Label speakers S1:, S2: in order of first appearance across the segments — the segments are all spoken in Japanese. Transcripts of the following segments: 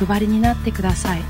S1: お配りになってください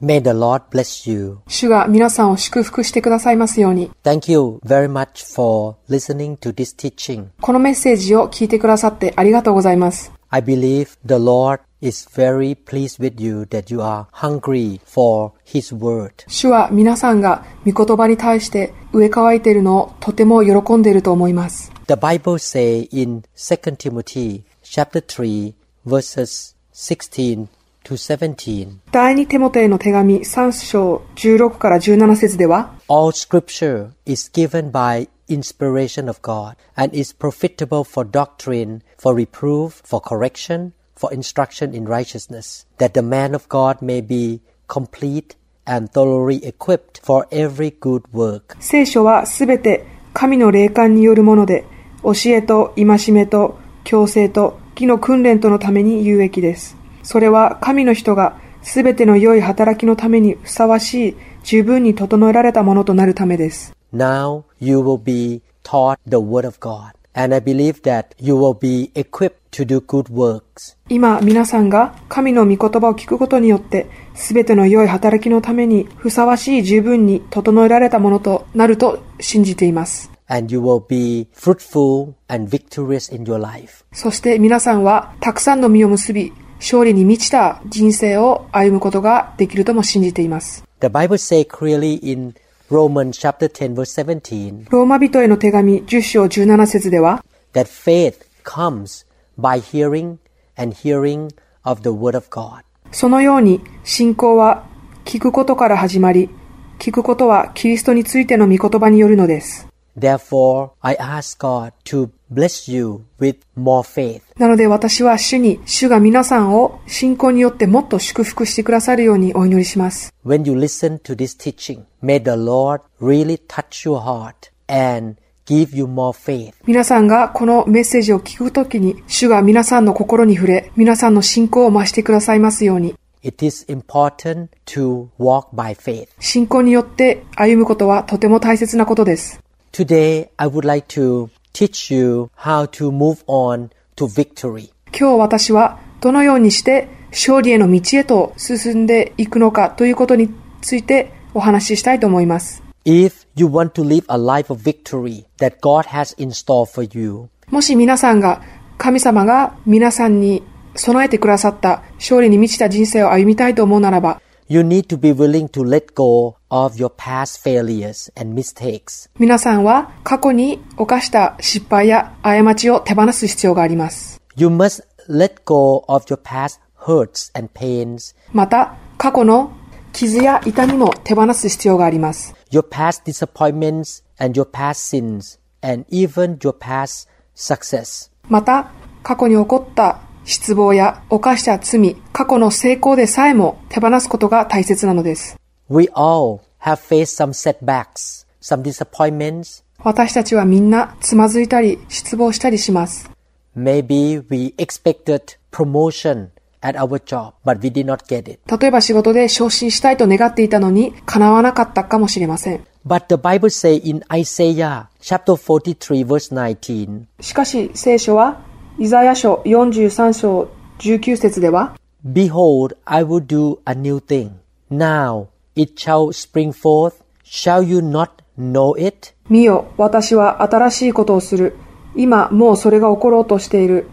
S2: May the Lord bless you.
S3: 主が皆さんを祝福してくださいますように、
S2: Thank you very much for listening to this teaching.
S3: このメッセージを聞いてくださってありがとうございます。
S2: I believe the Lord is very pleased with you that you are hungry for His word.
S3: 主は皆さんが御言葉に対して植え替えているのをとても喜んでいると思います。
S2: The Bible say in 2 Timothy chapter 3 verses 16 to 17,
S3: 第二テモテへの手紙3章16から17節では、
S2: all scripture is given by inspiration of God and is profitable for doctrine, for reproof, for correction, for instruction in righteousness, that the man of God may be complete and thoroughly equipped for every good work.
S3: 聖書はすべて神の霊感によるもので、教えと戒めと強制と義の訓練とのために有益です。それは神の人がすべての良い働きのためにふさわしい十分に整えられたものとなるためです。
S2: Now you will be taught the Word of God, and I believe that you will be equipped to do good works.
S3: 今皆さんが神の御言葉を聞くことによってすべての良い働きのためにふさわしい十分に整えられたものとなると信じています。
S2: And you will be fruitful and victorious in your life.
S3: そして皆さんはたくさんの実を結び、勝利に満ちた人生を歩むことができるとも信じています。
S2: The Bible says clearly in Romans chapter 10 verse 17
S3: ローマ人への手紙10章17節では、
S2: that faith comes by hearing and hearing of the Word of God.
S3: そのように信仰は聞くことから始まり、聞くことはキリストについての御言葉によるのです。
S2: Therefore, I ask God to bless you with more faith.
S3: なので私は主に、主が皆さんを信仰によってもっと祝福してくださるようにお祈りします。
S2: When you listen to this teaching, may the Lord really touch your heart and give you more faith.
S3: 皆さんがこのメッセージを聞くときに、主が皆さんの心に触れ、皆さんの信仰を増してくださいますように。
S2: It is important to walk by faith.
S3: 信仰によって歩むことはとても大切なことです。
S2: Today, I would like to teach you how to move on to victory.
S3: 今日私はどのようにして勝利への道へと進んでいくのかということについてお話ししたいと思います。
S2: If you want to live a life of victory that God has in store for you,
S3: もし皆さんが、神様が皆さんに備えてくださった勝利に満ちた人生を歩みたいと思うならば、
S2: you need to be willing to let go of your past failures and mistakes.
S3: 皆さんは過去に犯した失敗や過ちを手放す必要があります。
S2: You must let go of your past hurts and pains,
S3: また、過去の傷や痛みも手放す必要があります。
S2: your past disappointments and your past sins, and even your past success.
S3: また過去に起こった失望や犯した罪過去の成功でさえも手放すことが大切なのです
S2: We all have faced some setbacks, some disappointments.
S3: 私たちはみんなつまずいたり失望したりします
S2: Maybe we expected promotion at our job, but we did not get it.
S3: 例えば仕事で昇進したいと願っていたのに叶わなかったかもしれません
S2: But the Bible says in Isaiah chapter 43 verse 19,
S3: しかし聖書はイザヤ書43章19節では
S2: Behold, I will do a new thing. Now it shall spring forth. Shall you not know it?
S3: 見よ、私は新しいことをする。今、もうそれが起ころうとしている。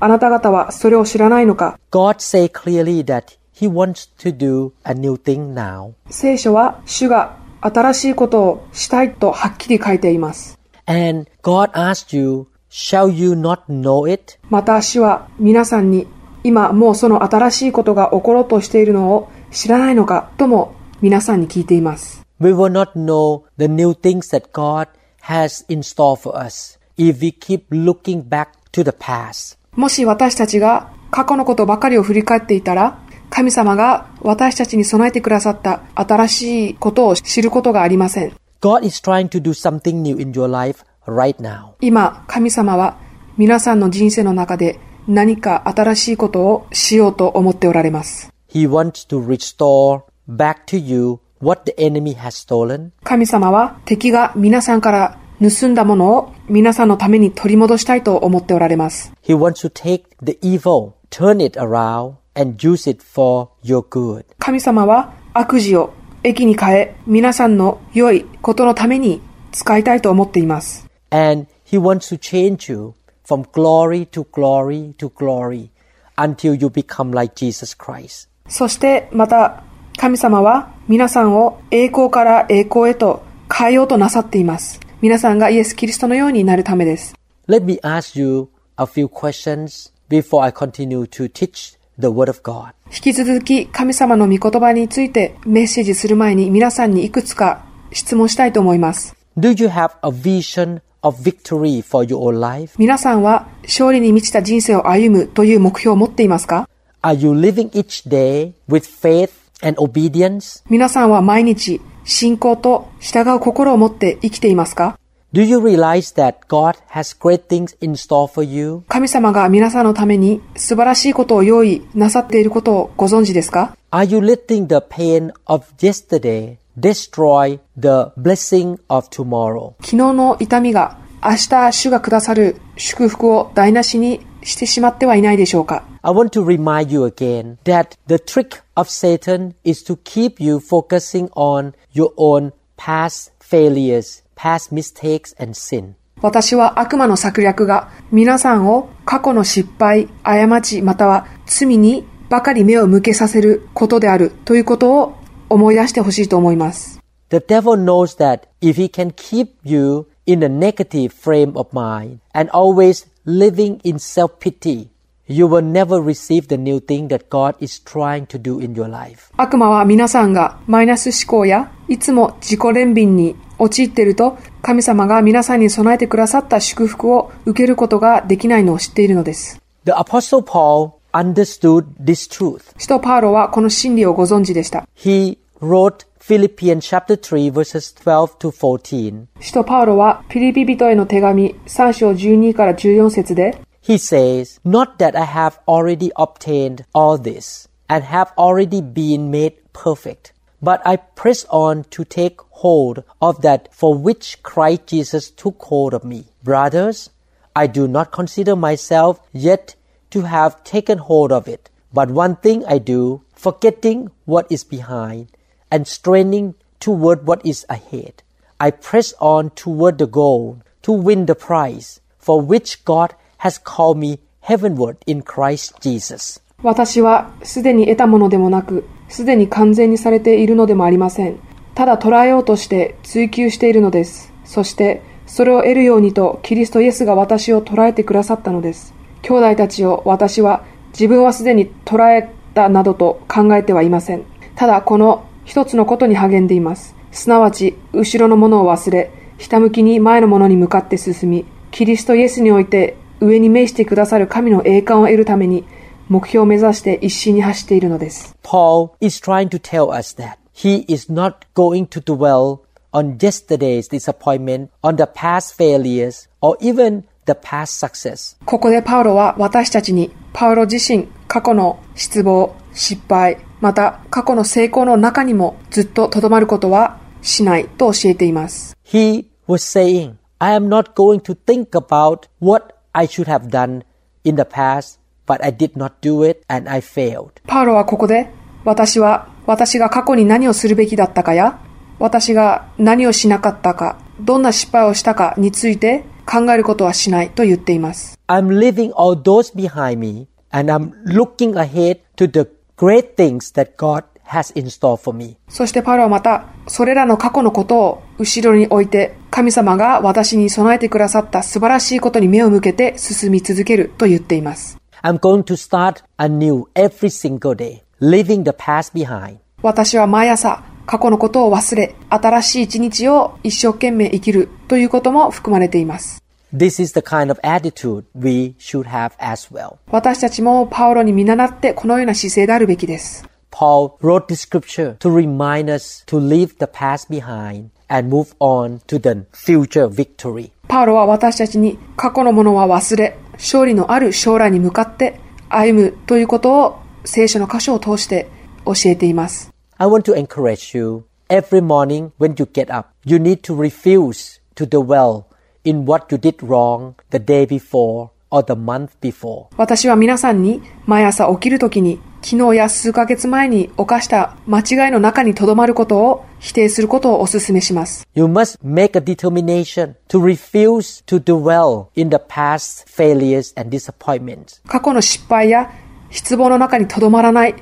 S3: あなた方はそれを知らないのか
S2: God say clearly that He wants to do a new thing now.
S3: 聖書は主が新しいことをしたいとはっきり書いています。
S2: And God asked you, Shall you not know it?
S3: また主は皆さんに今もうその新しいことが起ころうとしているのを知らないのかとも皆さんに聞いています。
S2: We will not know the new things that God has in store for us if we keep looking back to the past.
S3: もし私たちが過去のことばかりを振り返っていたら、神様が私たちに備えてくださった新しいことを知ることがありません。
S2: God is trying to do something new in your life right now.
S3: 今、神様は皆さんの人生の中で何か新しいことをしようと思っておられます。
S2: He wants to restore back to you what the enemy has stolen
S3: 神様は敵が皆さんから盗んだものを皆さんのために取り戻したいと思っておられます。
S2: He wants to take the evil, turn it around, and use it for your good.
S3: 神様は悪事を益に変え、皆さんの良いことのために使いたいと思っています。
S2: And He wants to change you from glory to glory to glory until you become like Jesus Christ.
S3: そしてまた神様は皆さんを栄光から栄光へと変えようとなさっています。皆さんがイエス・キリストのようになるためです。
S2: Let me ask you a few questions before I continue to teach the Word of God.
S3: 引き続き神様の御言葉についてメッセージする前に皆さんにいくつか質問したいと思います。
S2: Do you have a vision of victory for your own life?
S3: 皆さんは勝利に満ちた人生を歩むという目標を持っていますか
S2: Are you living each day with faith and obedience?
S3: 皆さんは毎日信仰と従う心を持って生きていますか
S2: Do you realize that God has great things in store for you?
S3: 神様が皆さんのために素晴らしいことを用意なさっていることをご存知ですか
S2: Are you letting the pain of yesterday destroy the blessing of tomorrow?
S3: 昨日の痛みが明日主がくださる祝福を台無しにしてしまってはいないでしょうか
S2: I want to remind you again that the trick of Satan is to keep you focusing on your own past failures, past mistakes and sin.
S3: 私は悪魔の策略が皆さんを過去の失敗、過ちまたは罪にばかり目を向けさせることであるということを思い出してほしいと思います。
S2: The devil knows that if he can keep you in a negative frame of mind and always living in self pity, you will never receive the new thing that God is trying to do in your life.
S3: 悪魔は皆さんがマイナス思考やいつも自己憐憫に陥っていると神様が皆さんに備えてくださった祝福を受けることができないのを知っているのです。
S2: The Apostle Paul understood this truth.
S3: 使徒パウロはこの真理をご存知でした。
S2: He wrote Philippians chapter 3 verses 12 to 14.
S3: 使徒パウロはピリピ人への手紙3章12から14節で
S2: He says, Not that I have already obtained all this and have already been made perfect, but I press on to take hold of that for which Christ Jesus took hold of me. Brothers, I do not consider myself yet to have taken hold of it, but one thing I do, forgetting what is behind and straining toward what is ahead. I press on toward the goal to win the prize for which God has called me heavenward in Christ Jesus.
S3: 私はすでに得たものでもなく、すでに完全にされているのでもありません。ただ捉えようとして追求しているのです。そして、それを得るようにとキリストイエスが私を捉えてくださったのです。兄弟たちを私は自分はすでに捉えたなどと考えてはいません。ただこの一つのことに励んでいます。すなわち、後ろのものを忘れ、ひたむきに前のものに向かって進み、キリストイエスにおいて上に命してくださる神の栄冠を得るために、目標を目指して一心に走っているのです。
S2: Paul is trying to tell us that he is not going to dwell on yesterday's disappointment, on the past failures, or even the past success.
S3: ここでパウロは私たちに、パウロ自身、過去の失望、失敗、また過去の成功の中にもずっと留まることはしないと教えています。
S2: He was saying, I am not going to think about what I should have done in the past, but I did not do it and I failed.
S3: パウロはここで、私は、私が過去に何をするべきだったかや、私が何をしなかったか、どんな失敗をしたかについて考えることはしないと言っています。
S2: I'm leaving all those behind me and I'm looking ahead to the great things that God has in store for me.
S3: そしてパウロはまた、それらの過去のことを後ろに置いて、神様が私に備えてくださった素晴らしいことに目を向けて進み続けると言っています。
S2: I'm going to start anew every single day, leaving the past behind.
S3: 私は毎朝、過去のことを忘れ、新しい一日を一生懸命生きるということも含まれています。
S2: This is the kind of attitude we should have as well.
S3: 私たちもパウロに見習ってこのような姿勢であるべきです。
S2: Paul wrote this scripture to remind us to leave the past behind and move on to the future victory.
S3: パウロは私たちに過去のものは忘れ、勝利のある将来に向かって歩むということを聖書の箇所を通して教えています。
S2: I want to encourage you every morning when you get up, you need to refuse to dwell in what you did wrong the day before or the month before.
S3: 私は皆さんに毎朝起きるときに昨日や数ヶ月前に犯した間違いの中にとどまることを否定することをお勧めします。
S2: You must make a determination to refuse to dwell in the past failures and disappointments.
S3: 過去の失敗や失望の中にとどまらない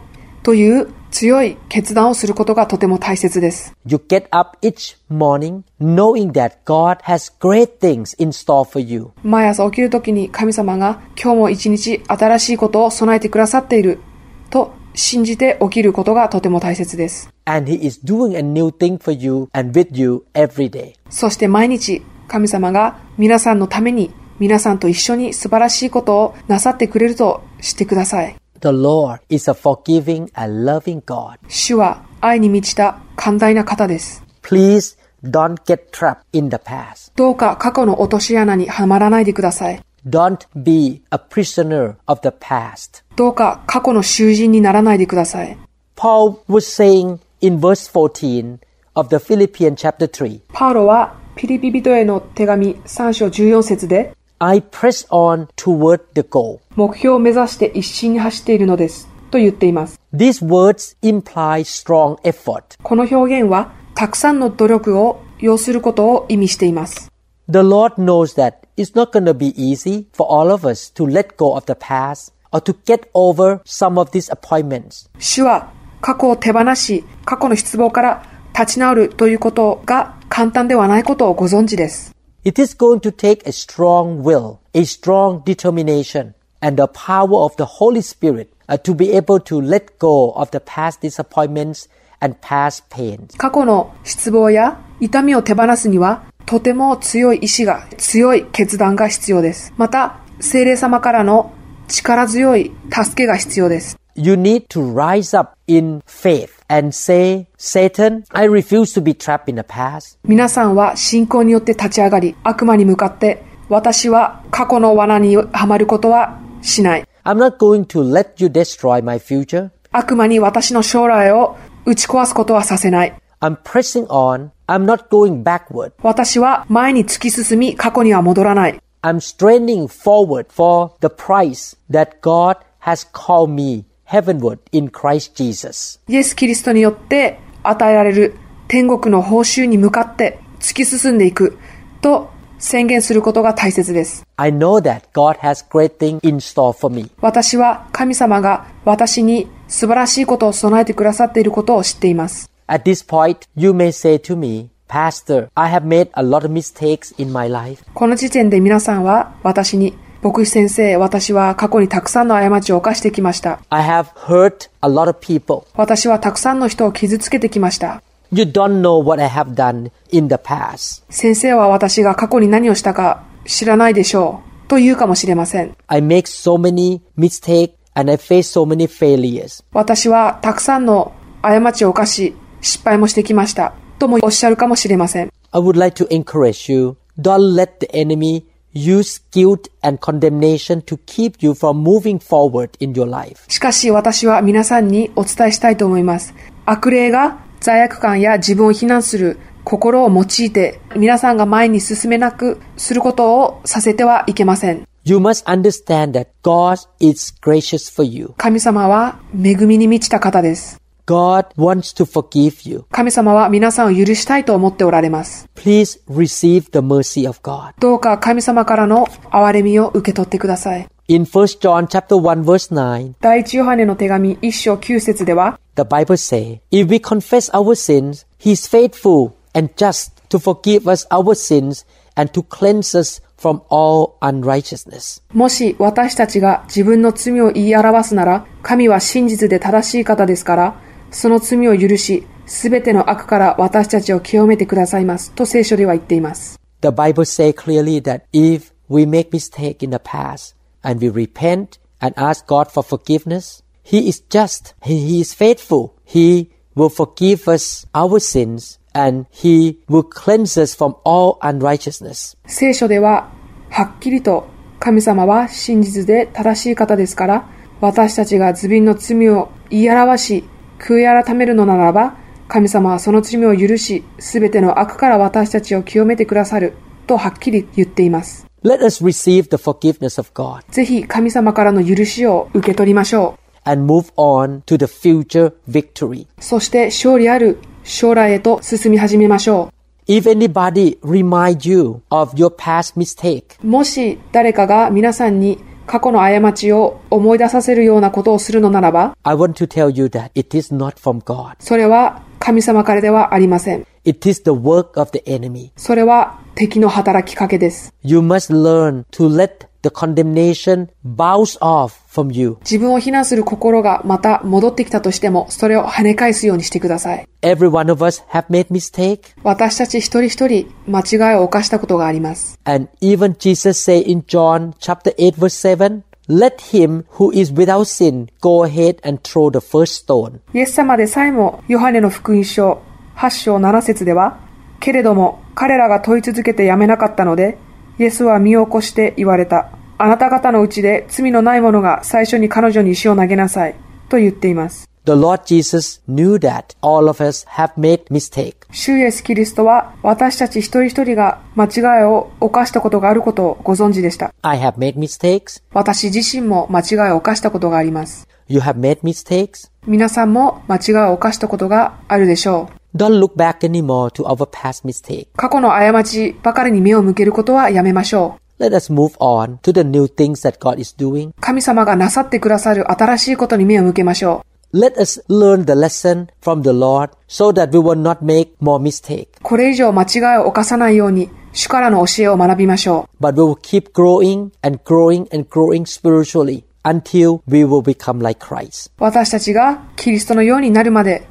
S3: という強い決断をすることがとても大切です。
S2: You get up each morning knowing that God has great things in store for you.
S3: 毎朝起きるときに神様が今日も一日新しいことを備えてくださっていると信じて起きることがとても大切です。
S2: And He is doing a new thing for you and with you every day.
S3: そして毎日神様が皆さんのために皆さんと一緒に素晴らしいことをなさってくれると知ってください。
S2: The Lord is a forgiving and loving God.
S3: 主は愛に満ちた寛大な方です。
S2: Please don't get trapped in the past.
S3: どうか過去の落とし穴にはまらないでください。
S2: Don't be a prisoner of the past.
S3: どうか過去の囚人にならないでください。
S2: Paul was saying in verse 14 of the Philippians chapter 3,
S3: パウロはピリピ人への手紙3章14節で
S2: I press on toward the goal.
S3: 目標を目指して一心に走っているのですと言っています。
S2: These words imply strong effort.
S3: この表現はたくさんの努力を要することを意味しています。
S2: The Lord knows that it's not going to be easy for all of us to let go of the past or to get over some of these appointments.
S3: 主は過去を手放し過去の失望から立ち直るということが簡単ではないことをご存知です。
S2: It is going to take a strong will, a strong determination, and the power of the Holy Spirit uh, to be able to let go of the past disappointments and past pains.
S3: 過去の失望や痛みを手放すにはとても強い意志が強い決断が必要です。また精霊様からの力強い助けが必要です。
S2: You need to rise up in faith and say, Satan, I refuse to be trapped in the past.
S3: 皆さんは信仰によって立ち上がり、悪魔に向かって、私は過去の罠にはまることはしない。
S2: I'm not going to let you destroy my future.
S3: 悪魔に私の将来を打ち壊すことはさせない。
S2: I'm pressing on. I'm not going backward.
S3: 私は前に突き進み、過去には戻らない。
S2: I'm straining forward for the price that God has called me heavenward in Christ Jesus.
S3: イエス・キリストによって与えられる天国の報酬に向かって突き進んでいくと宣言することが大切です。
S2: I know that God has great things in store for me.
S3: 私は神様が私に素晴らしいことを備えてくださっていることを知っています。
S2: At this point, you may say to me, Pastor, I have made a lot of mistakes in my life.
S3: この時点で皆さんは私に、牧師先生、私は過去にたくさんの過ちを犯してきました。
S2: I have hurt a lot of people.
S3: 私はたくさんの人を傷つけてきました。
S2: You don't know what I have done in the past.
S3: 先生は私が過去に何をしたか知らないでしょう。と言うかもしれません。
S2: I make so many mistakes and I face so many failures.
S3: 私はたくさんの過ちを犯し、失敗もしてきました。ともおっしゃるかもしれません。
S2: I would like to encourage you, don't let the enemy use guilt and condemnation to keep you from moving forward in your life.
S3: しかし私は皆さんにお伝えしたいと思います。悪霊が罪悪感や自分を非難する心を用いて皆さんが前に進めなくすることをさせてはいけません。
S2: You must understand that God is gracious for you.
S3: 神様は恵みに満ちた方です。
S2: God wants to forgive you.
S3: 神様は皆さんを許したいと思っておられます。
S2: Please receive the mercy of God.
S3: どうか神様からの憐れみを受け取ってください。
S2: In 1 John chapter 1 verse 9,
S3: 第一ヨハネの手紙一章九節では、
S2: the Bible says, If we confess our sins, He is faithful and just to forgive us our sins and to cleanse us from all unrighteousness.
S3: もし私たちが自分の罪を言い表すなら、神は真実で正しい方ですから、その罪を許し、すべての悪から私たちを清めてくださいます。と聖書では言っています。
S2: The Bible says clearly that if we make mistake in the past and we repent and ask God for forgiveness, He is just, He, he is faithful. He will forgive us our sins and He will cleanse us from all unrighteousness.
S3: 聖書では、はっきりと神様は真実で正しい方ですから、私たちが自分の罪を言い表し、悔い改めるのならば、神様はその罪を許し、すべての悪から私たちを清めてくださる、とはっきり言っています。
S2: Let us receive the forgiveness of God
S3: ぜひ神様からの許しを受け取りましょ
S2: and move on to the future victory.
S3: う。そして勝利ある将来へと進み始めましょ
S2: If anybody remind you of your past mistake,
S3: う。もし誰かが皆さんに過去の過ちを思い出させるようなことをするのならば、
S2: I want to tell you that it is not from God.
S3: それは神様からではありません。
S2: It is the work of the enemy.
S3: それは敵の働きかけです。
S2: You must learn to let the condemnation bounce off from you.
S3: 自分を非難する心がまた戻ってきたとしても、それを跳ね返すようにしてください。
S2: Every one of us have made mistake,
S3: 私たち一人一人間違いを犯したことがあります。
S2: and even Jesus say in John chapter 8 verse 7, let him who is without sin go ahead and throw the first stone.
S3: イエス様でさえもヨハネの福音書8章7節では、けれども彼らが問い続けてやめなかったので、イエスは身を起こして言われた。あなた方のうちで罪のない者が最初に彼女に石を投げなさい。と言っています。
S2: The Lord Jesus knew that all of us have made mistake.
S3: 主イエスキリストは私たち一人一人が間違いを犯したことがあることをご存知でした。
S2: I have made mistakes.
S3: 私自身も間違いを犯したことがあります。
S2: You have made mistakes.
S3: 皆さんも間違いを犯したことがあるでしょう。
S2: Don't look back anymore to our past mistake.
S3: 過去の過ちばかりに目を向けることはやめましょ
S2: Let us move on to the new things that God is doing.
S3: う。神様がなさってくださる新しいことに目を向けましょ
S2: Let us learn the lesson from the Lord so that we will not make more mistake,
S3: う。これ以上間違いを犯さないように、主からの教えを学びましょ
S2: but we will keep growing and growing and growing spiritually until we will become like Christ.
S3: う。私たちがキリストのようになるまで、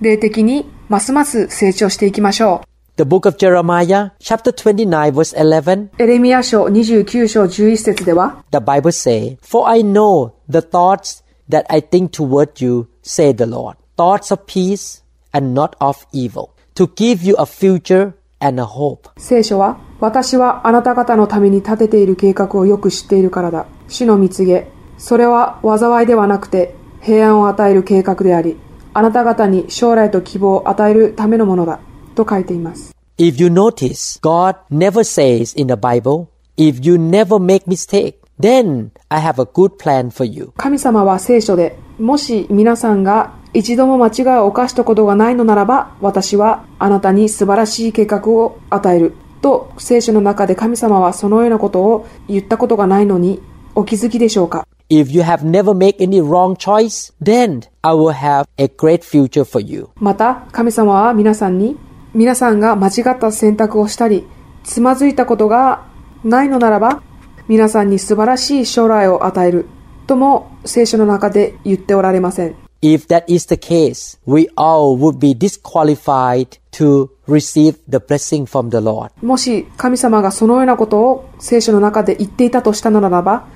S3: 霊的にますます成長していきましょ
S2: The book of Jeremiah, chapter 29, verse 11,
S3: う。エレミア書29章11節では、
S2: the Bible say, For I know the thoughts that I think toward you, say the Lord, thoughts of peace and not of evil, to give you a future and a hope.
S3: 聖書は、私はあなた方のために立てている計画をよく知っているからだ。主の蜜げ。それは災いではなくて、平安を与える計画であり、あなた方に将来と希望を与えるためのものだ。と書いています。
S2: If you notice, God never says in the Bible, if you never make mistake, then I have a good plan for you.
S3: 神様は聖書で、もし皆さんが一度も間違いを犯したことがないのならば、私はあなたに素晴らしい計画を与える。と、聖書の中で神様はそのようなことを言ったことがないのに、お気づきでしょうか
S2: If you have never made any wrong choice, then I will have a great future for you.
S3: また神様は皆さんに皆さんが間違った選択をしたりつまずいたことがないのならば皆さんに素晴らしい将来を与えるとも聖書の中で言っておられません
S2: If that is the case, we all would be disqualified to receive the blessing from the Lord.
S3: もし神様がそのようなことを聖書の中で言っていたとしたのならば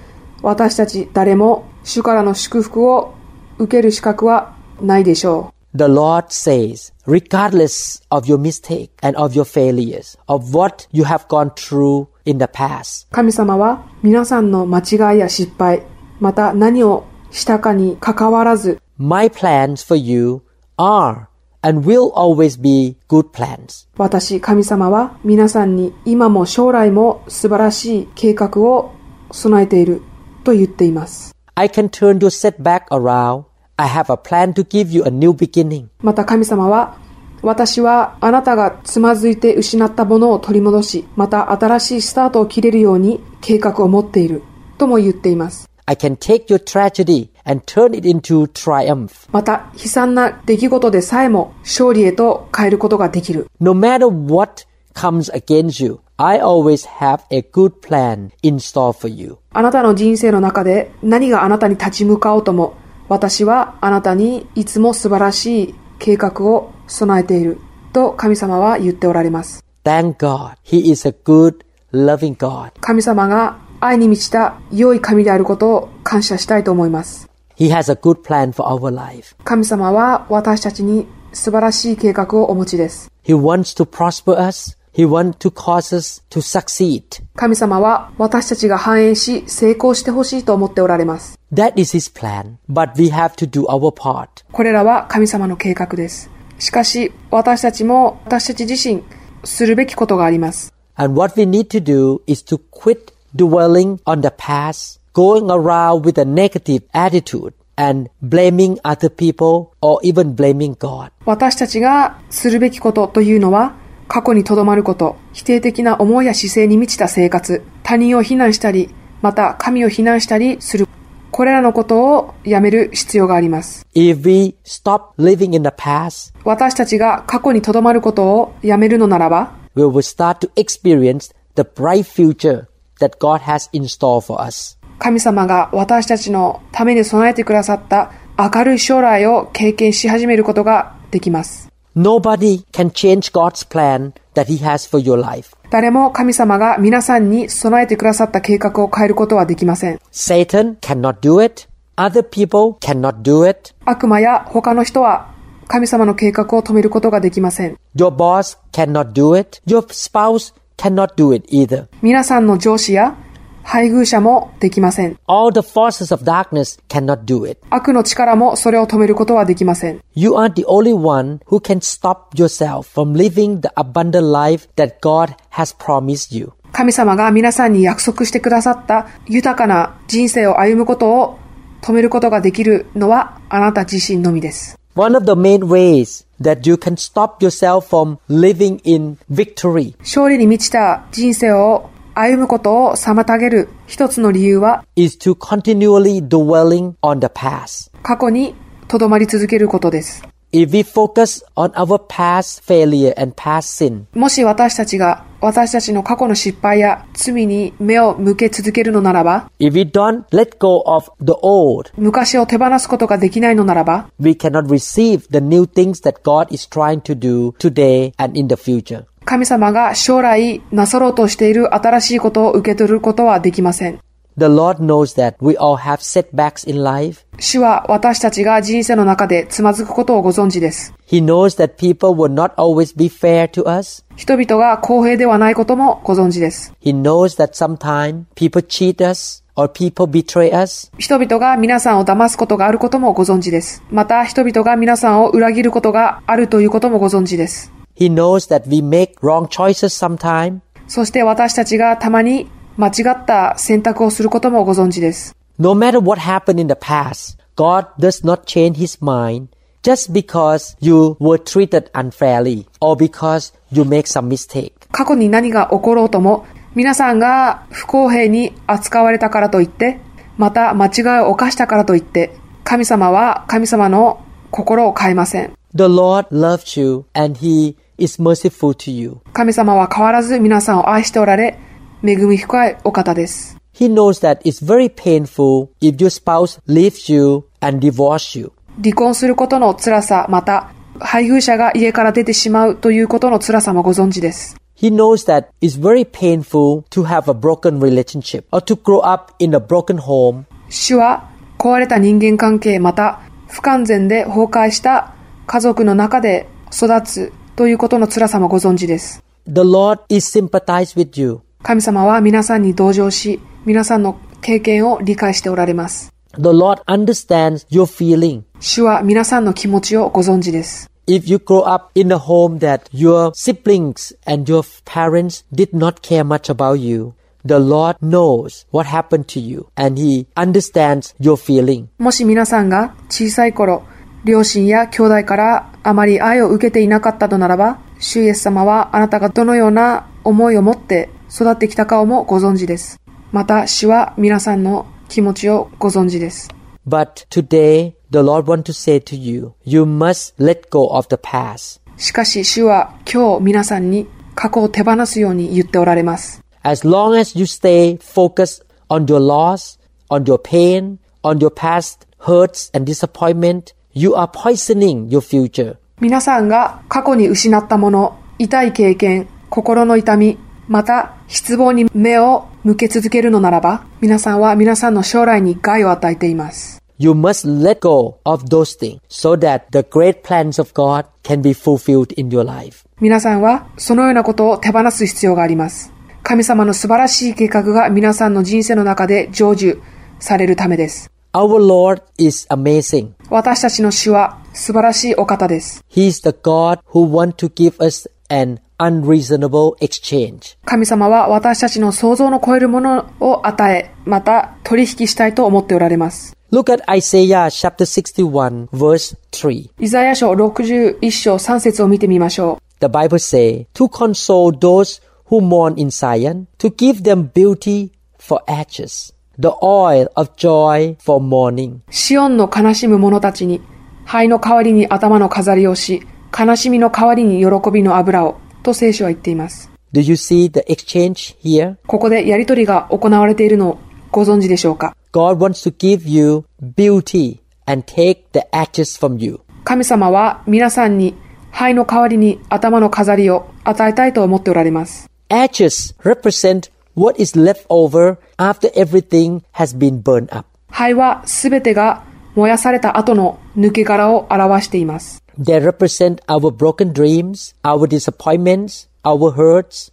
S3: 私たち誰も主からの祝福を受ける資格はないでしょう
S2: The Lord says, regardless of your mistake and of your failures, of what you have gone through in the past,
S3: 神様は皆さんの間違いや失敗また何をしたかにかかわらず
S2: My plans for you are and will always be good plans.
S3: 私、神様は皆さんに今も将来も素晴らしい計画を備えていると言っています。
S2: I can turn your setback around. I have a plan to give you a new beginning.
S3: また神様は私はあなたがつまずいて失ったものを取り戻し、また新しいスタートを切れるように計画を持っているとも言っています。
S2: I can take your tragedy and turn it into triumph.
S3: また悲惨な出来事でさえも勝利へと変えることができる。
S2: No matter what comes against you, I always have a good plan in store for you.
S3: あなたの人生の中で何があなたに立ち向かおうとも、私はあなたにいつも素晴らしい計画を備えていると神様は言っておられます。
S2: Thank God, He is a good, loving God.
S3: 神様が愛に満ちた良い神であることを感謝したいと思います。
S2: He has a good plan for our life.
S3: 神様は私たちに素晴らしい計画をお持ちです。
S2: He wants to prosper us. He wants to cause us to succeed.
S3: 神様は私たちが繁栄し成功してほしいと思っておられます。
S2: That is His plan. But we have to do our part.
S3: これらは神様の計画です。しかし私たちも私たち自身するべきことがあります。
S2: And what we need to do is to quit dwelling on the past, going around with a negative attitude and blaming other people or even blaming God.
S3: 私たちがするべきことというのは過去にとどまること、否定的な思いや姿勢に満ちた生活、他人を非難したり、また神を非難したりする。これらのことをやめる必要があります。
S2: If we stop living in the past,
S3: 私たちが過去にとどまることをやめるのならば、
S2: we will start to experience the bright future that God has in store for us.
S3: 神様が私たちのために備えてくださった明るい将来を経験し始めることができます。
S2: Nobody can change God's plan that He has for your life.
S3: 誰も神様が皆さんに備えてくださった計画を変えることはできません。
S2: Satan cannot do it. Other people cannot do it.
S3: 悪魔や他の人は神様の計画を止めることができません。
S2: Your boss cannot do it. Your spouse cannot do it either.
S3: 皆さんの上司や配偶者もできません。
S2: All the forces of darkness cannot do it.
S3: 悪の力もそれを止めることはできません。
S2: You are the only one who can stop yourself from living the abundant life that God has promised you.
S3: 神様が皆さんに約束してくださった豊かな人生を歩むことを止めることができるのはあなた自身のみです。
S2: One of the main ways that you can stop yourself from living in victory
S3: 勝利に満ちた人生を歩むことを妨げる一つの理由は
S2: is to continually dwelling on the past.
S3: 過去にとどまり続けることです。
S2: If we focus on our past failure and past sin,
S3: もし私たちが私たちの過去の失敗や罪に目を向け続けるのならば、
S2: if we don't let go of the old,
S3: 昔を手放すことができないのならば、
S2: we cannot receive the new things that God is trying to do today and in the future.
S3: 神様が将来なさろうとしている新しいことを受け取ることはできません。
S2: The Lord knows that we all have setbacks in life.
S3: 主は私たちが人生の中でつまずくことをご存知です。
S2: He knows that people will not always be fair to us.
S3: 人々が公平ではないこともご存知です。
S2: He knows that sometimes people cheat us or people betray us.
S3: 人々が皆さんを騙すことがあることもご存知です。また人々が皆さんを裏切ることがあるということもご存知です。
S2: He knows that we make wrong choices sometimes.
S3: そして私たちがたまに間違った選択をすることもご存知です。
S2: No matter what happened in the past, God does not change his mind just because you were treated unfairly or because you make some mistake.
S3: 過去に何が起ころうとも、皆さんが不公平に扱われたからといって、また間違いを犯したからといって、神様は神様の心を変えません。
S2: The Lord loves you and he is merciful to you.
S3: 神様は変わらず皆さんを愛しておられ、恵み深いお方です。
S2: He knows that it's very painful if your spouse leaves you and divorces you.
S3: 離婚することの辛さ、また、配偶者が家から出てしまうということの辛さもご存知です。
S2: He knows that it's very painful to have a broken relationship or to grow up in a broken home.
S3: 主は、壊れた人間関係、また、不完全で崩壊した家族の中で育つということの辛さもご存知です。
S2: The Lord is sympathized with you.
S3: 神様は皆さんに同情し、皆さんの経験を理解しておられます。
S2: The Lord understands your feeling.
S3: 主は皆さんの気持ちをご存知です。
S2: If you grow up in a home that your siblings and your parents did not care much about you, the Lord knows what happened to you and He understands your feeling.
S3: もし皆さんが小さい頃、両親や兄弟からあまり愛を受けていなかったのならば、主イエス様はあなたがどのような思いを持って育ってきたかをもご存知です。また主は皆さんの気持ちをご存知です。
S2: But today, the Lord wants to say to you, you must let go of the past.
S3: しかし主は今日皆さんに過去を手放すように言っておられます。
S2: As long as you stay focused on your loss, on your pain, on your past hurts and disappointment, you are poisoning your future.
S3: 皆さんが過去に失ったもの、痛い経験、心の痛み、また、失望に目を向け続けるのならば、皆さんは皆さんの将来に害を与えています。
S2: You must let go of those things so that the great plans of God can be fulfilled in your life.
S3: 皆さんはそのようなことを手放す必要があります。神様の素晴らしい計画が皆さんの人生の中で成就されるためです。
S2: Our Lord is amazing.
S3: 私たちの主は素晴らしいお方です。
S2: He is the God who wants to give us an unreasonable exchange.
S3: 神様は私たちの想像の超えるものを与え、また取引したいと思っておられます。
S2: Look at Isaiah chapter 61 verse 3.
S3: イザヤ書61章3節を見てみましょう。
S2: The Bible says, to console those who mourn in Zion, to give them beauty for ashes, the oil of joy for mourning,
S3: シオンの悲しむ者たちに、灰の代わりに頭の飾りをし、悲しみの代わりに喜びの油を、と聖書は言っています。
S2: Do you see the exchange here?
S3: ここでやりとりが行われているのをご存知でしょうか
S2: God wants to give you beauty and take the ashes from you.
S3: 神様は皆さんに灰の代わりに頭の飾りを与えたいと思っておられます。
S2: Ashes represent what is left over after everything has been burned up.
S3: 灰はすべてが燃やされた後の抜け殻を表しています。
S2: They represent our broken dreams, our disappointments, our hurts,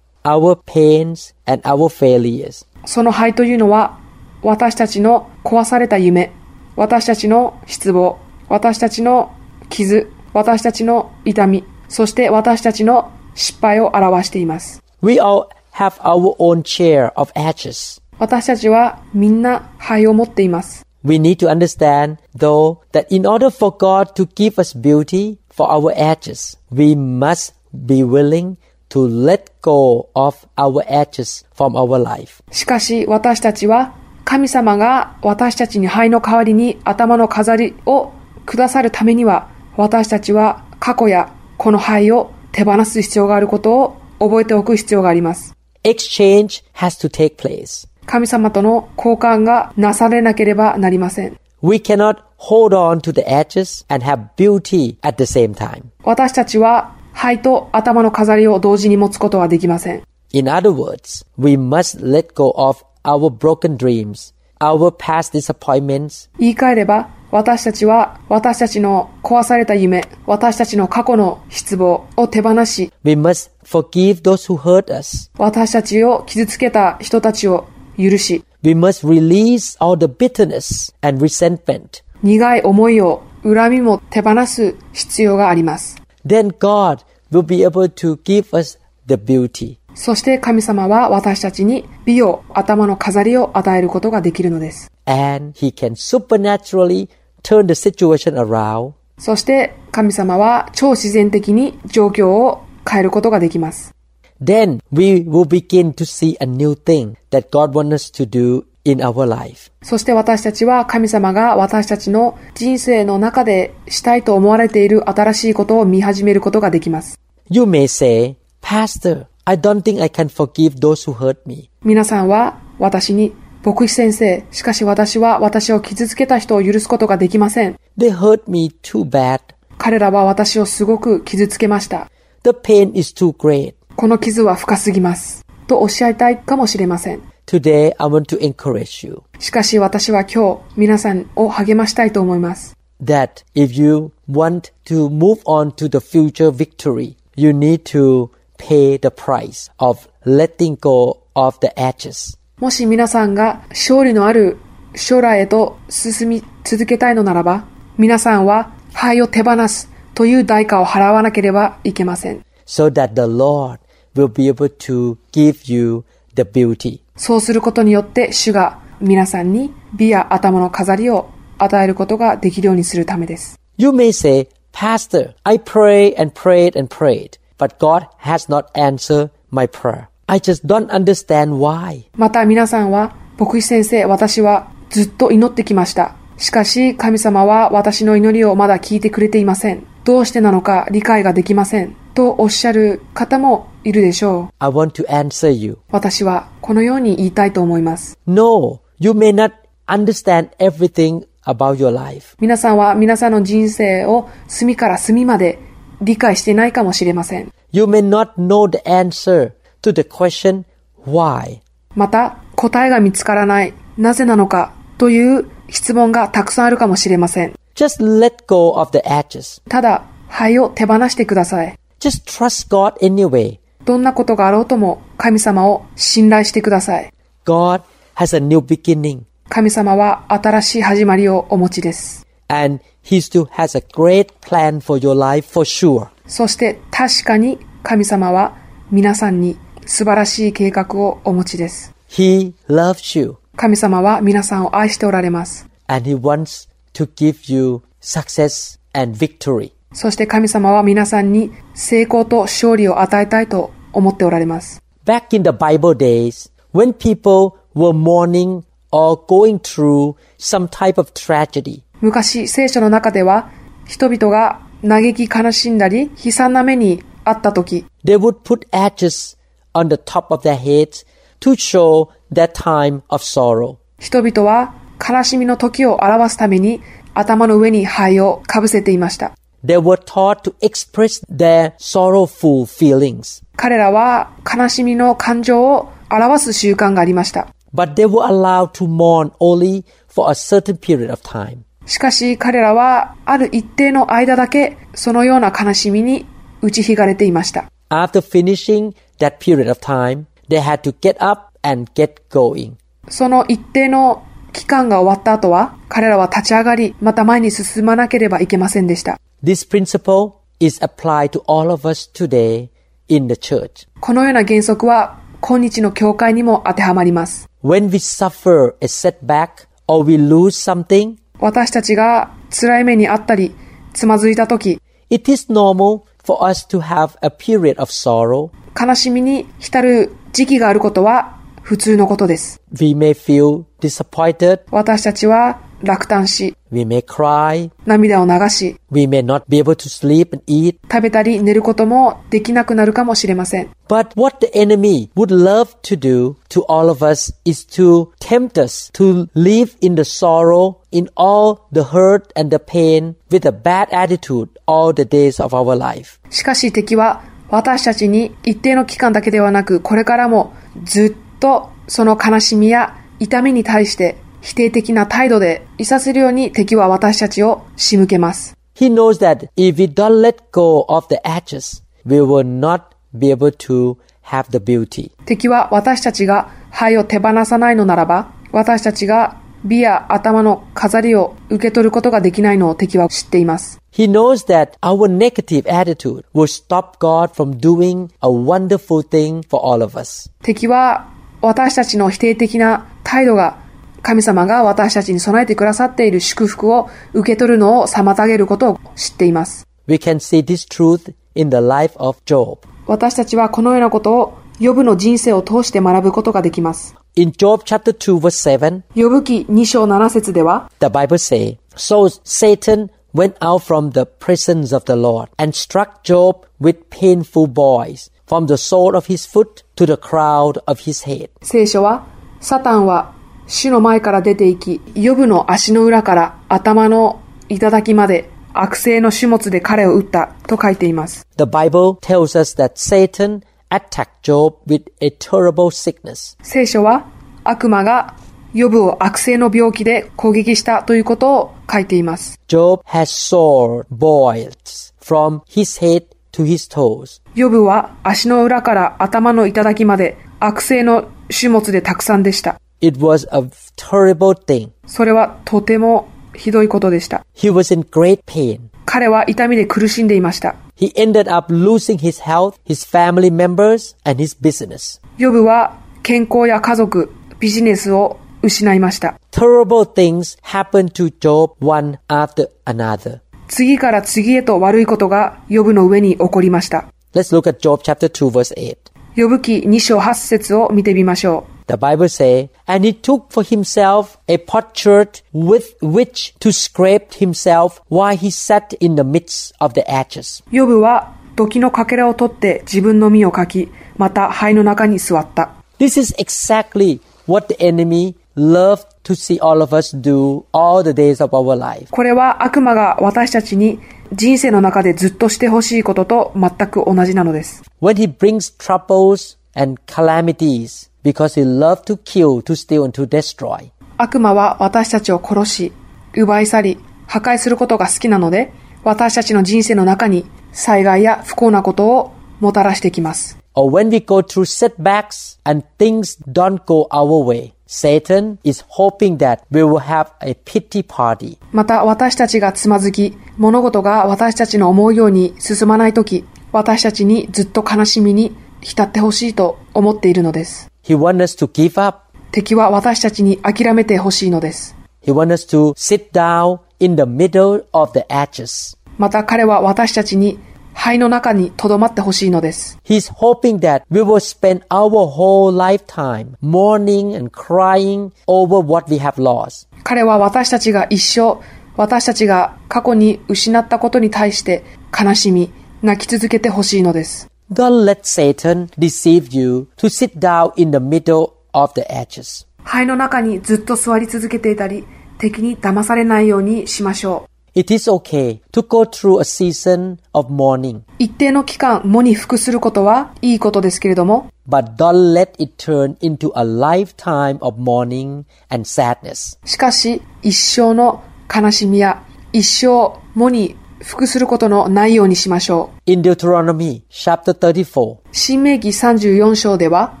S2: our pains, and our failures.
S3: その灰というのは私たちの壊された夢、私たちの失望、私たちの傷、私たちの痛み、そして私たちの失敗を表しています。
S2: We all have our own share of ashes.
S3: 私たちはみんな灰を持っています。
S2: We need to understand, though, that in order for God to give us beauty for our ashes, we must be willing to let go of our ashes from our life.
S3: しかし私たちは神様が私たちに灰の代わりに頭の飾りをくださるためには私たちは過去やこの灰を手放す必要があることを覚えておく必要があります。
S2: Exchange has to take place.
S3: 神様との交換がなされなければなりません。
S2: We cannot hold on to the ashes and have beauty at the same time.
S3: 私たちは灰と頭の飾りを同時に持つことはできません。
S2: In other words, we must let go of our broken dreams, our past disappointments,
S3: 言い換えれば、私たちは私たちの壊された夢、私たちの過去の失望を手放し、
S2: we must forgive those who hurt us.
S3: 私たちを傷つけた人たちを許し、
S2: We must release all the bitterness and resentment.
S3: 苦い思いを恨みも手放す必要があります。
S2: Then God will be able to give us the beauty.
S3: そして神様は私たちに美を頭の飾りを与えることができるのです。
S2: And He can supernaturally turn the situation around
S3: そして神様は超自然的に状況を変えることができます。
S2: then we will begin to see a new thing that God wants us to do in our life.
S3: そして私たちは神様が私たちの人生の中でしたいと思われている新しいことを見始めることができます。
S2: You may say, Pastor, I don't think I can forgive those who hurt me.
S3: 皆さんは私に牧師先生、しかし私は私を傷つけた人を許すことができません。
S2: They hurt me too bad.
S3: 彼らは私をすごく傷つけました。
S2: The pain is too great.
S3: この傷は深すぎます。とおっしゃいたいかもしれません。
S2: Today, I want to encourage you
S3: しかし私は今日皆さんを励ましたいと思います。
S2: that if you want to move on to the future victory, you need to pay the price of letting go of the edges.
S3: もし皆さんが勝利のある将来へと進み続けたいのならば、皆さんは灰を手放すという代価を払わなければいけません。
S2: so that the Lord will be able to give you the beauty.
S3: そうすることによって主が皆さんに美や頭の飾りを与えることができるようにするためです。
S2: You may say, Pastor, I pray and prayed and prayed, but God has not answered my prayer. I just don't understand why.
S3: また皆さんは、牧師先生、私はずっと祈ってきました。しかし神様は私の祈りをまだ聞いてくれていません。どうしてなのか理解ができません。とおっしゃる方もいるでしょう。
S2: I want to answer you.
S3: 私はこのように言いたいと思います。
S2: No, you may not understand everything about your life,
S3: 皆さんは皆さんの人生を隅から隅まで理解していないかもしれません。
S2: you may not know the answer to the question why.
S3: また、答えが見つからない、なぜなのかという質問がたくさんあるかもしれません。
S2: Just let go of the edges.
S3: ただ、灰を手放してください。
S2: Just trust God anyway.
S3: どんなことがあろうとも神様を信頼してください。
S2: God has a new beginning
S3: 神様は新しい始まりをお持ちです。
S2: and He still has a great plan for your life for sure.
S3: そして確かに神様は皆さんに素晴らしい計画をお持ちです。
S2: He loves you
S3: 神様は皆さんを愛しておられます。
S2: and He wants to give you success and victory.
S3: そして神様は皆さんに成功と勝利を与えたいと思っておられます。
S2: Back in the Bible days, when people were mourning or going through some type of tragedy,
S3: 昔聖書の中では人々が嘆き悲しんだり悲惨な目にあった時
S2: they would put ashes on the top of their heads to show their time of sorrow.
S3: 人々は悲しみの時を表すために頭の上に灰をかぶせていました。
S2: They were taught to express their sorrowful feelings,
S3: 彼らは悲しみの感情を表す習慣がありました。
S2: but they were allowed to mourn only for a certain period of time.
S3: しかし彼らはある一定の間だけそのような悲しみに打ちひがれていました。
S2: After finishing that period of time, they had to get up and get going.
S3: その一定の期間が終わった後は彼らは立ち上がりまた前に進まなければいけませんでした。
S2: This principle is applied to all of us today in the church.
S3: このような原則は今日の教会にも当てはまります。
S2: When we suffer a setback or we lose something,
S3: 私たちが辛い目にあったりつまずいた時
S2: it is normal for us to have a period of sorrow.
S3: 悲しみに浸る時期があることは普通のことです。
S2: We may feel disappointed,
S3: 私たちは落胆し、
S2: we may cry,
S3: 涙を流し、
S2: we may not be able to sleep and eat.
S3: 食べたり寝ることもできなくなるかもしれません。
S2: But what the enemy would love to do to all of us is to tempt us to live in the sorrow, in all the hurt and the pain, with a bad attitude all the days of our life.
S3: しかし敵は私たちに一定の期間だけではなくこれからもずっとその悲しみや痛みに対して否定的な態度でいさせるように敵は私たちを仕向けます。
S2: He knows that if we don't let go of the edges, we will not be able to have the beauty.
S3: 敵は私たちが灰を手放さないのならば私たちが美や頭の飾りを受け取ることができないのを敵は知っています。
S2: He knows that our negative attitude will stop God from doing a wonderful thing for all of us.
S3: 敵は私たちの否定的な態度が神様が私たちに備えてくださっている祝福を受け取るのを妨げることを知っています。
S2: We can see this truth in the life of Job.
S3: 私たちはこのようなことをヨブの人生を通して学ぶことができます。
S2: In Job chapter 2 verse 7,
S3: ヨブ記2章7節では
S2: the Bible says, So Satan went out from the presence of the Lord and struck Job with painful boils from the sole of his foot to the crown of his head.
S3: 聖書はサタンは主の前から出て行き、ヨブの足の裏から頭の頂まで悪性の種物で彼を打ったと書いています。
S2: The Bible tells us that Satan attacked Job with a terrible sickness.
S3: 聖書は悪魔がヨブを悪性の病気で攻撃したということを書いています。
S2: Job has sore boils from his head to his toes.
S3: ヨブは足の裏から頭の頂まで悪性の種物でたくさんでした。
S2: It was a terrible thing.
S3: それはとてもひどいことでした。
S2: He was in great pain.
S3: 彼は痛みで苦しんでいました。
S2: He ended up losing his health, his family members, and his business.
S3: ヨブは健康や家族、ビジネスを失いました。
S2: Terrible things happened to Job one after another.
S3: 次から次へと悪いことがヨブの上に起こりました。
S2: Let's look at Job chapter 2 verse 8.
S3: ヨブ記2章8節を見てみましょう。
S2: The Bible says, And he took for himself a potsherd with which to scrape himself while he sat in the midst of the ashes.
S3: ヨブは時のかけらを取って自分の身をかき、また灰の中に座った。
S2: This is exactly what the enemy loved to see all of us do all the days of our life.
S3: これは悪魔が私たちに人生の中でずっとしてほしいことと全く同じなのです。
S2: When he brings troubles and calamities because he loved to kill, to steal, and to destroy.
S3: 悪魔は私たちを殺し、奪い去り、破壊することが好きなので、私たちの人生の中に災害や不幸なことをもたらしてきます。
S2: Or when we go through setbacks and things don't go our way, Satan is hoping that we will have a pity party.
S3: また私たちがつまずき、物事が私たちの思うように進まないとき、私たちにずっと悲しみに浸ってほしいと思っているのです。
S2: He wants us to give up.
S3: 敵は私たちに諦めてほしいのです。
S2: He wants us to sit down in the middle of the ashes.
S3: また彼は私たちに灰の中に留まってほしいのです。
S2: He's hoping that we will spend our whole lifetime mourning and crying over what we have lost.
S3: 彼は私たちが一生、私たちが過去に失ったことに対して悲しみ、泣き続けてほしいのです。
S2: Don't let Satan deceive you to sit down in the middle of the ashes.
S3: 灰の中にずっと座り続けていたり、敵に騙されないようにしましょう。
S2: It is okay to go through a season of mourning,
S3: 一定の期間、喪に服することはいいことですけれども、
S2: but don't let it turn into a lifetime of mourning and sadness.
S3: しかし、一生の悲しみや、一生、喪に服することのないようにしましょ
S2: In Deuteronomy chapter 34,
S3: う。新明記34章では、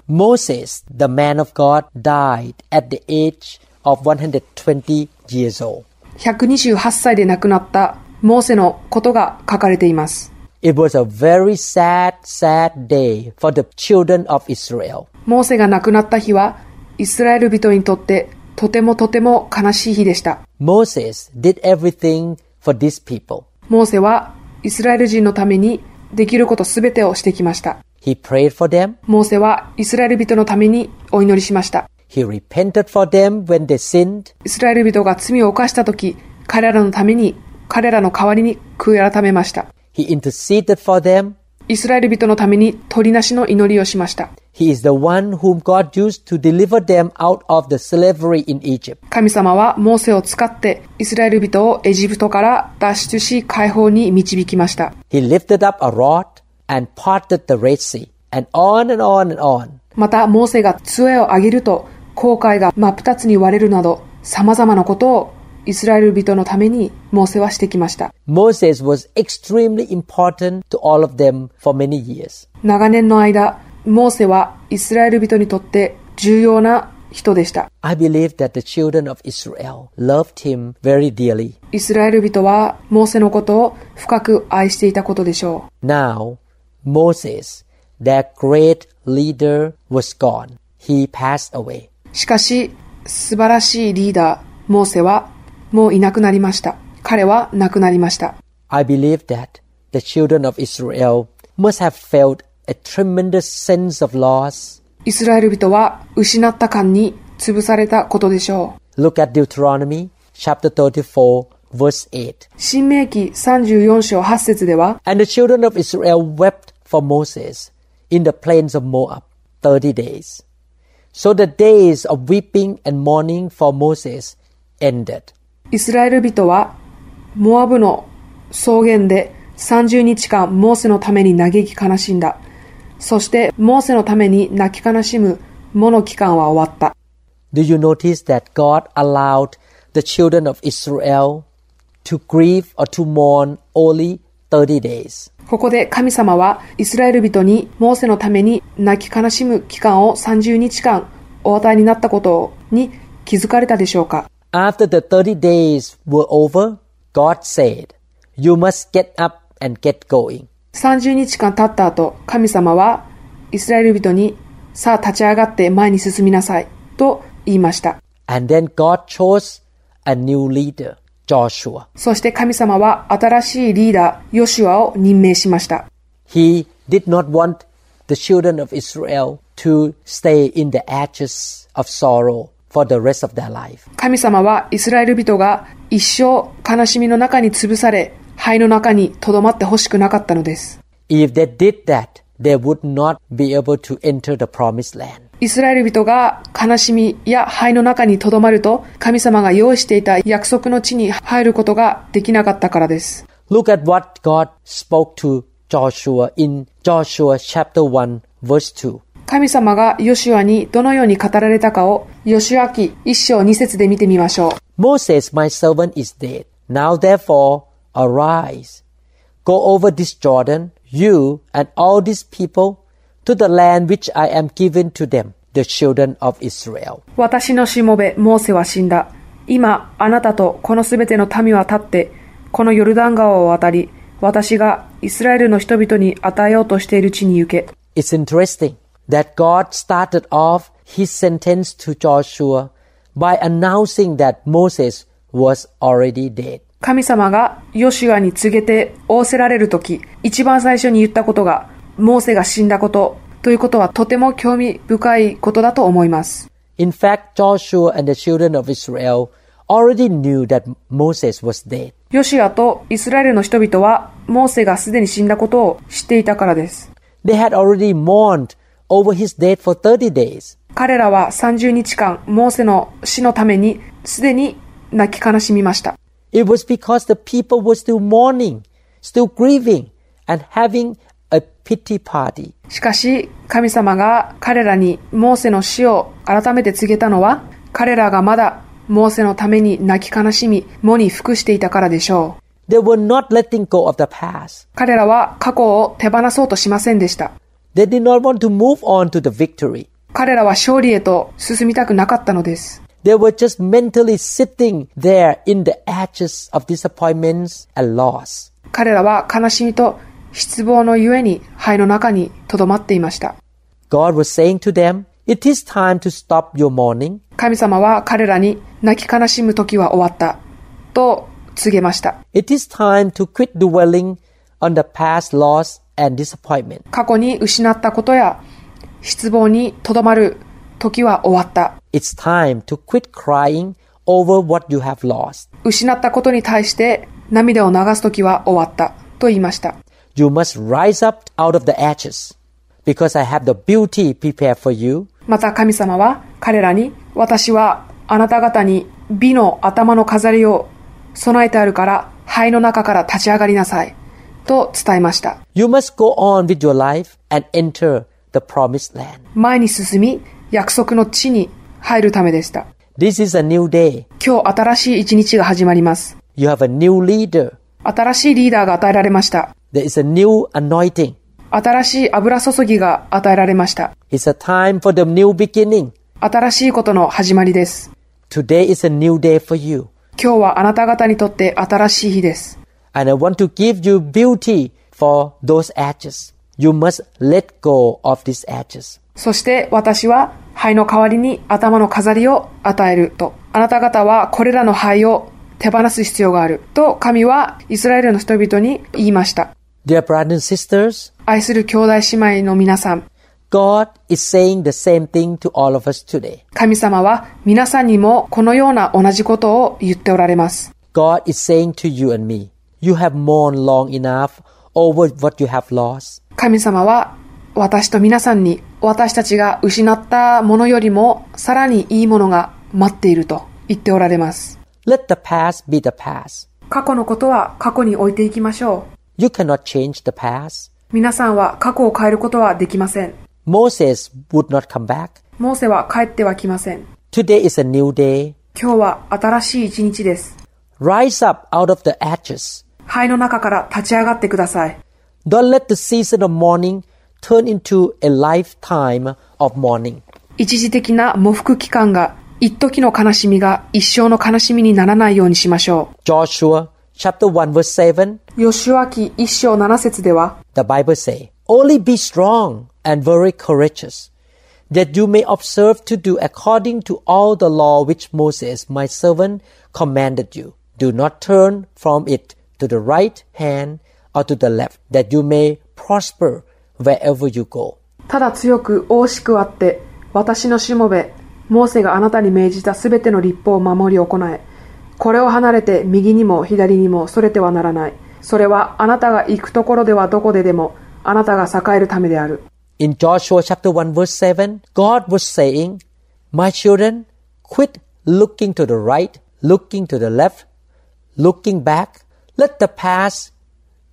S2: Moses, the man of God, died at the age of 120 years old.
S3: 128歳で亡くなったモーセのことが書かれています。
S2: It was a very sad, sad day for the children of Israel.
S3: モーセが亡くなった日は、イスラエル人にとって、とてもとても悲しい日でした。
S2: Moses did everything for these people.
S3: モーセは、イスラエル人のために、できることすべてをしてきました。
S2: He prayed for them.
S3: モーセは、イスラエル人のためにお祈りしました。
S2: He repented for them when they sinned.
S3: イスラエル人が罪を犯した時、彼らのために、彼らの代わりに悔い改めました。
S2: He interceded for them.
S3: イスラエル人のために鳥なしの祈りをしました。
S2: He is the one whom God used to deliver them out of the slavery in Egypt.
S3: 神様はモーセを使ってイスラエル人をエジプトから脱出し解放に導きました。
S2: He lifted up a rod and parted the Red Sea. And on and on and on.
S3: またモーセが杖を上げると航海が真っ二つに割れるなど様々なことをイスラエル人のためにモーセはしてきました。
S2: Moses was extremely important to all of them for many years.
S3: 長年の間、モーセはイスラエル人にとって重要な人でした。
S2: I believe that the children of Israel loved him very dearly.
S3: イスラエル人はモーセのことを深く愛していたことでしょ
S2: Now, Moses, their great leader, was gone. He passed away.
S3: う。しかし、素晴らしいリーダー、モーセはもういなくなりました。彼は亡くなりました。
S2: I believe that the children of Israel must have felt a tremendous sense of loss.
S3: イスラエル人は失った感に潰されたことでしょう。
S2: Look at Deuteronomy chapter 34, verse 8.
S3: 新明記34章8節では、
S2: And the children of Israel wept for Moses in the plains of Moab 30 days. So the days of weeping and mourning for Moses ended.
S3: イスラエル人はモアブの草原で30日間モーセのために嘆き悲しんだ。そしてモーセのために泣き悲しむモの期間は終わった。
S2: Do you notice that God allowed the children of Israel to grieve or to mourn only 30 days?
S3: ここで神様はイスラエル人にモーセのために泣き悲しむ期間を30日間お与えになったことに気づかれたでしょうか
S2: After the 30 days were over, God said, You must get up and get going.
S3: ?30 日間経った後、神様はイスラエル人にさあ立ち上がって前に進みなさいと言いました。
S2: And then God chose a new leader, Joshua.
S3: そして神様は新しいリーダー、ヨシュアを任命しました。
S2: He did not want the children of Israel to stay in the ashes of sorrow for the rest of their life.
S3: 神様はイスラエル人が一生悲しみの中に潰され、灰の中に留まってほしくなかったのです。
S2: If they did that, they would not be able to enter the promised land.
S3: イスラエル人が悲しみや灰の中に留まると、神様が用意していた約束の地に入ることができなかったからです。
S2: Look at what God spoke to Joshua in Joshua chapter 1 verse 2.
S3: 神様がヨシュアにどのように語られたかを、ヨシュア記一章二節で見てみましょう。
S2: Moses, my servant, is dead. Now therefore, arise, go over this Jordan, you and all these people, to the land which I am giving to them, the children of Israel.
S3: 私のしもべ、モーセは死んだ。今、あなたとこのすべての民は立って、このヨルダン川を渡り、私がイスラエルの人々に与えようとしている地に行け。
S2: It's interesting that God started off his sentence to Joshua by announcing that Moses was already dead.
S3: 神様がヨシュアに告げて仰せられるとき、一番最初に言ったことが、モーセが死んだこと、ということはとても興味深いことだと思います。
S2: In fact, Joshua and the children of Israel already knew that Moses was dead.
S3: ヨシュアとイスラエルの人々は、モーセがすでに死んだことを知っていたからです。
S2: They had already mourned over his death for 30 days.
S3: 彼らは30日間、モーセの死のために、すでに泣き悲しみました。
S2: It was because the people were still mourning, still grieving, and having a pity party.
S3: しかし、神様が彼らにモーセの死を改めて告げたのは、彼らがまだモーセのために泣き悲しみ、喪に服していたからでしょう。
S2: They were not letting go of the past.
S3: 彼らは過去を手放そうとしませんでした。
S2: They did not want to move on to the victory.
S3: 彼らは勝利へと進みたくなかったのです。
S2: They were just mentally sitting there in the ashes of disappointments and loss.
S3: 彼らは悲しみと失望のゆえに灰の中に留まっていました。
S2: God was saying to them, It is time to stop your mourning.
S3: 神様は彼らに泣き悲しむ時は終わった。と告げました。
S2: It is time to quit dwelling on the past loss and disappointment.
S3: 過去に失ったことや失望にとどまる時は終わった。
S2: It's time to quit crying over what you have lost.
S3: 失ったことに対して涙を流す時は終わった。と言いました。
S2: You must rise up out of the ashes, because I have the beauty prepared for you.
S3: また神様は彼らに私はあなた方に美の頭の飾りを備えてあるから灰の中から立ち上がりなさい。と伝えました。
S2: You must go on with your life and enter the promised land.
S3: 前に進み約束の地に入るためでした。
S2: This is a new day.
S3: 今日新しい一日が始まります。
S2: You have a new leader.
S3: 新しいリーダーが与えられました。
S2: There is a new anointing.
S3: 新しい油注ぎが与えられました。
S2: It's a time for the new beginning.
S3: 新しいことの始まりです。
S2: Today is a new day for you.
S3: 今日はあなた方にとって新しい日です。
S2: And I want to give you beauty for those ashes. You must let go of these ashes.
S3: そして私は灰の代わりに頭の飾りを与えると。あなた方はこれらの灰を手放す必要がある。と神はイスラエルの人々に言いました。
S2: Dear brothers and sisters,
S3: 愛する兄弟姉妹の皆さん、
S2: God is saying the same thing to all of us today.
S3: 神様は皆さんにもこのような同じことを言っておられます。
S2: God is saying to you and me, you have mourned long enough over what you have lost.
S3: 神様は私と皆さんに私たちが失ったものよりもさらにいいものが待っていると言っておられます。
S2: Let the past be the past.
S3: 過去のことは過去に置いていきましょ
S2: You cannot change the past.
S3: う。皆さんは過去を変えることはできません。
S2: Moses would not come back.
S3: モーセは帰ってはきません。
S2: Today is a new day.
S3: 今日は新しい一日です。
S2: Rise up out of the ashes.
S3: 灰の中から立ち上がってください。
S2: Don't let the season of mourning turn into a lifetime of mourning.
S3: 一時的な喪服期間が、一時の悲しみが一生の悲しみにならないようにしましょ
S2: Joshua chapter 1 verse 7,
S3: う。ヨシュア記一章七節では、
S2: the Bible say, Only be strong and very courageous, that you may observe to do according to all the law which Moses my servant commanded you. Do not turn from it to the right hand or to the left, that you may prosper wherever you go.
S3: ただ強く惜しくあって、私のしもべ、モーセがあなたに命じたすべての立法を守り行え。これを離れて右にも左にもそれてはならない。それはあなたが行くところではどこででも、あなたが栄えるためである。
S2: In Joshua chapter 1 verse 7, God was saying, My children, quit looking to the right, looking to the left, looking back. Let the past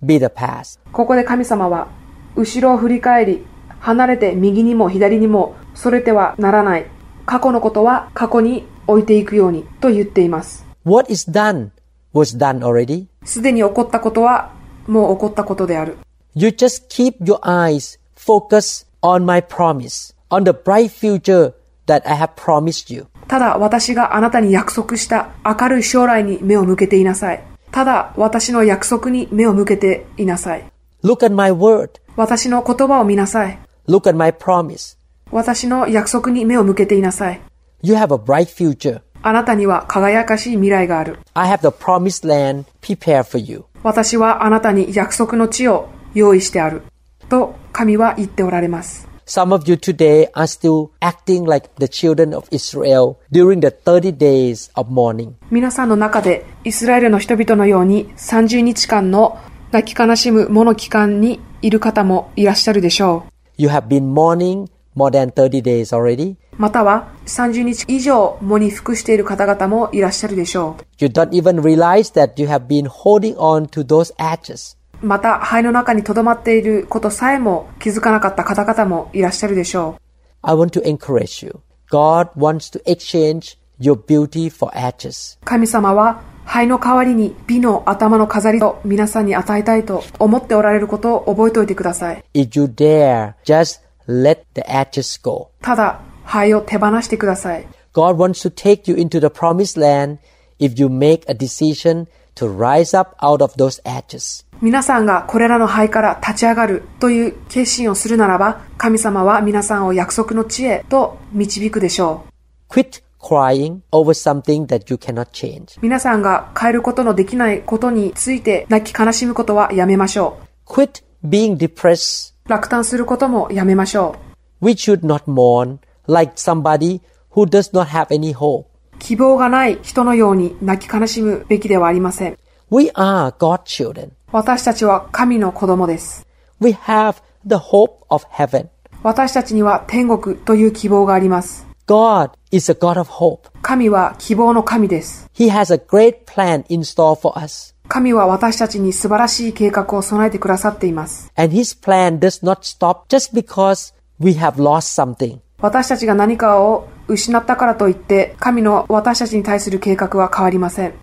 S2: be the past.
S3: ここで神様は、後ろを振り返り、離れて右にも左にもそれてはならない。過去のことは過去に置いていくようにと言っています。
S2: What is done was done already.
S3: すでに起こったことはもう起こったことである。
S2: You just keep your eyes focused on my promise, on the bright future that I have promised you.
S3: ただ私があなたに約束した明るい将来に目を向けていなさい。ただ私の約束に目を向けていなさい。
S2: Look at my word.
S3: 私の言葉を見なさい。
S2: Look at my promise.
S3: 私の約束に目を向けていなさい。
S2: You have a bright future.
S3: あなたには輝かしい未来がある。
S2: I have the promised land prepared for you.
S3: 私はあなたに約束の地を用意してある。と神は言っておられます。
S2: Some of you today are still acting like the children of Israel during the 30 days of mourning.
S3: 皆さんの中でイスラエルの人々のように30日間の泣き悲しむもの期間にいる方もいらっしゃるでしょ
S2: You have been mourning more than 30 days already.
S3: う。または30日以上喪に服している方々もいらっしゃるでしょ
S2: You don't even realize that you have been holding on to those ashes.
S3: う。また肺の中に留まっていることさえも気づかなかった方々もいらっしゃるでしょう。
S2: I want to encourage you. God wants to exchange your beauty for ashes.
S3: 神様は肺の代わりに美の頭の飾りを皆さんに与えたいと思っておられることを覚えておいてください。
S2: If you dare, just let the ashes go.
S3: ただ肺を手放してください。
S2: God wants to take you into the promised land if you make a decision to rise up out of those ashes.
S3: 皆さんがこれらの灰から立ち上がるという決心をするならば、神様は皆さんを約束の地へと導くでしょう。
S2: Quit crying over something that you cannot change.
S3: 皆さんが変えることのできないことについて泣き悲しむことはやめましょ
S2: Quit being depressed.
S3: う。落胆することもやめましょ
S2: We should not mourn like somebody who does not have any hope.
S3: う。希望がない人のように泣き悲しむべきではありません。
S2: We are God's children.
S3: 私たちは神の子供です。
S2: We have the hope of heaven.
S3: 私たちには天国という希望があります。
S2: God is a God of hope.
S3: 神は希望の神です。
S2: He has a great plan in store for us.
S3: 神は私たちに素晴らしい計画を備えてくださっています。
S2: And His plan does not stop just because we have lost something.
S3: 私たちが何かを失ったからといって、神の私たちに対する計画は変わりません。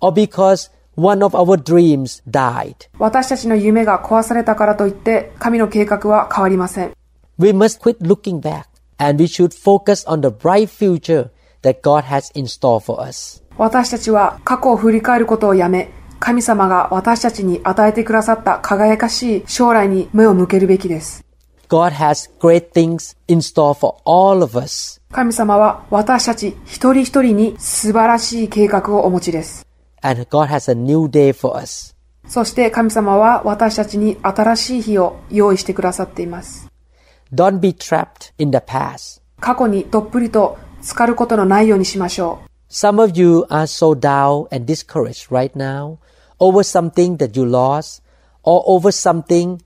S2: or because one of our dreams died.
S3: 私たちの夢が壊されたからといって、神の計画は変わりません。
S2: We must quit looking back and we should focus on the bright future that God has in store for us.
S3: 私たちは過去を振り返ることをやめ、神様が私たちに与えてくださった輝かしい将来に目を向けるべきです。
S2: God has great things in store for all of us.
S3: 神様は私たち一人一人に素晴らしい計画をお持ちです。
S2: And God has a new day for us.
S3: そして神様は私たちに新しい日を用意してくださっています。
S2: Don't be trapped in the past.
S3: 過去にどっぷりと浸かることのないようにしましょう。
S2: Some of you are so down and discouraged right now over something that you lost or over something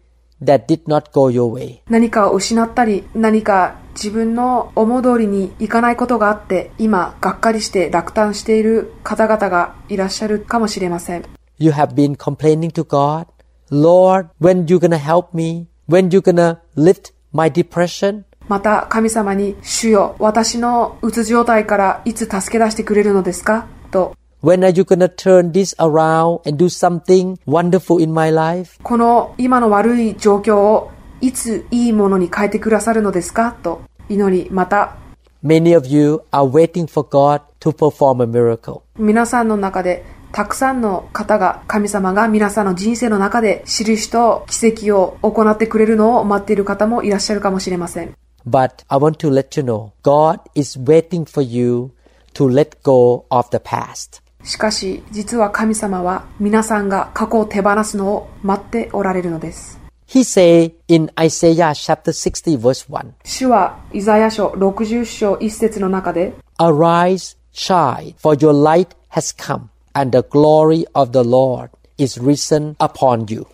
S2: that did not go your way.
S3: 何かを失ったり、何か自分の思う通りにいかないことがあって、今、がっかりして落胆している方々がいらっしゃるかもしれません。
S2: You have been complaining to God, Lord, when you gonna help me? When you gonna lift my depression?
S3: また、神様に、主よ、私のうつ状態からいつ助け出してくれるのですかと、
S2: When are you gonna turn this around and do something wonderful in my life?
S3: この今の悪い状況をいついいものに変えてくださるのですかと祈り、また、
S2: Many of you are waiting for God to perform a miracle.
S3: 皆さんの中でたくさんの方が神様が皆さんの人生の中で印と奇跡を行ってくれるのを待っている方もいらっしゃるかもしれません
S2: But I want to let you know, God is waiting for you to let go of the past.
S3: しかし実は神様は皆さんが過去を手放すのを待っておられるのです
S2: He say in Isaiah chapter 60 verse 1,
S3: 主はイザヤ書60章1節の中で
S2: Arise, shine, for your light has come, and the glory of the Lord is risen upon you.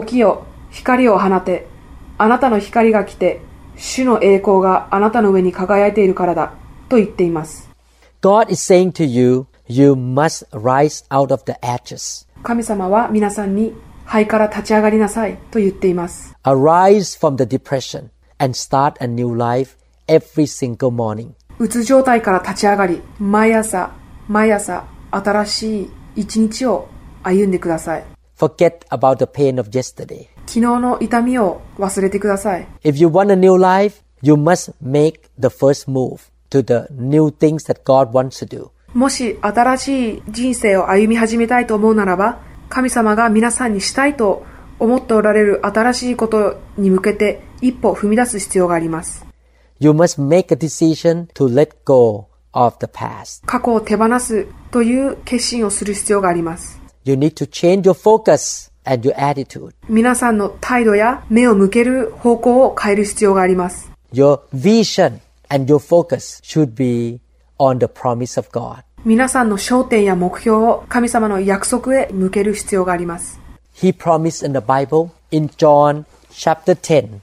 S3: 起きよ光を放てあなたの光が来て主の栄光があなたの上に輝いているからだと言っています
S2: God is saying to you, you must rise out of the ashes.
S3: 神様は皆さんに肺から立ち上がりなさいと言っています。
S2: Arise from the depression. and start a new life every single morning.
S3: うつ状態から立ち上がり、毎朝、毎朝、新しい一日を歩んでください。
S2: Forget about the pain of yesterday.
S3: 昨日の痛みを忘れてください。
S2: If you want a new life, you must make the first move to the new things that God wants to do.
S3: もし新しい人生を歩み始めたいと思うならば、神様が皆さんにしたいと思っておられる新しいことに向けて一歩踏み出す必要があります。
S2: You must make a decision to let go of the past.
S3: 過去を手放すという決心をする必要があります。
S2: You need to change your focus and your attitude.
S3: 皆さんの態度や目を向ける方向を変える必要があります。
S2: Your vision and your focus should be on the promise of God.
S3: 皆さんの焦点や目標を神様の約束へ向ける必要があります。
S2: He promised in the Bible in John chapter 10,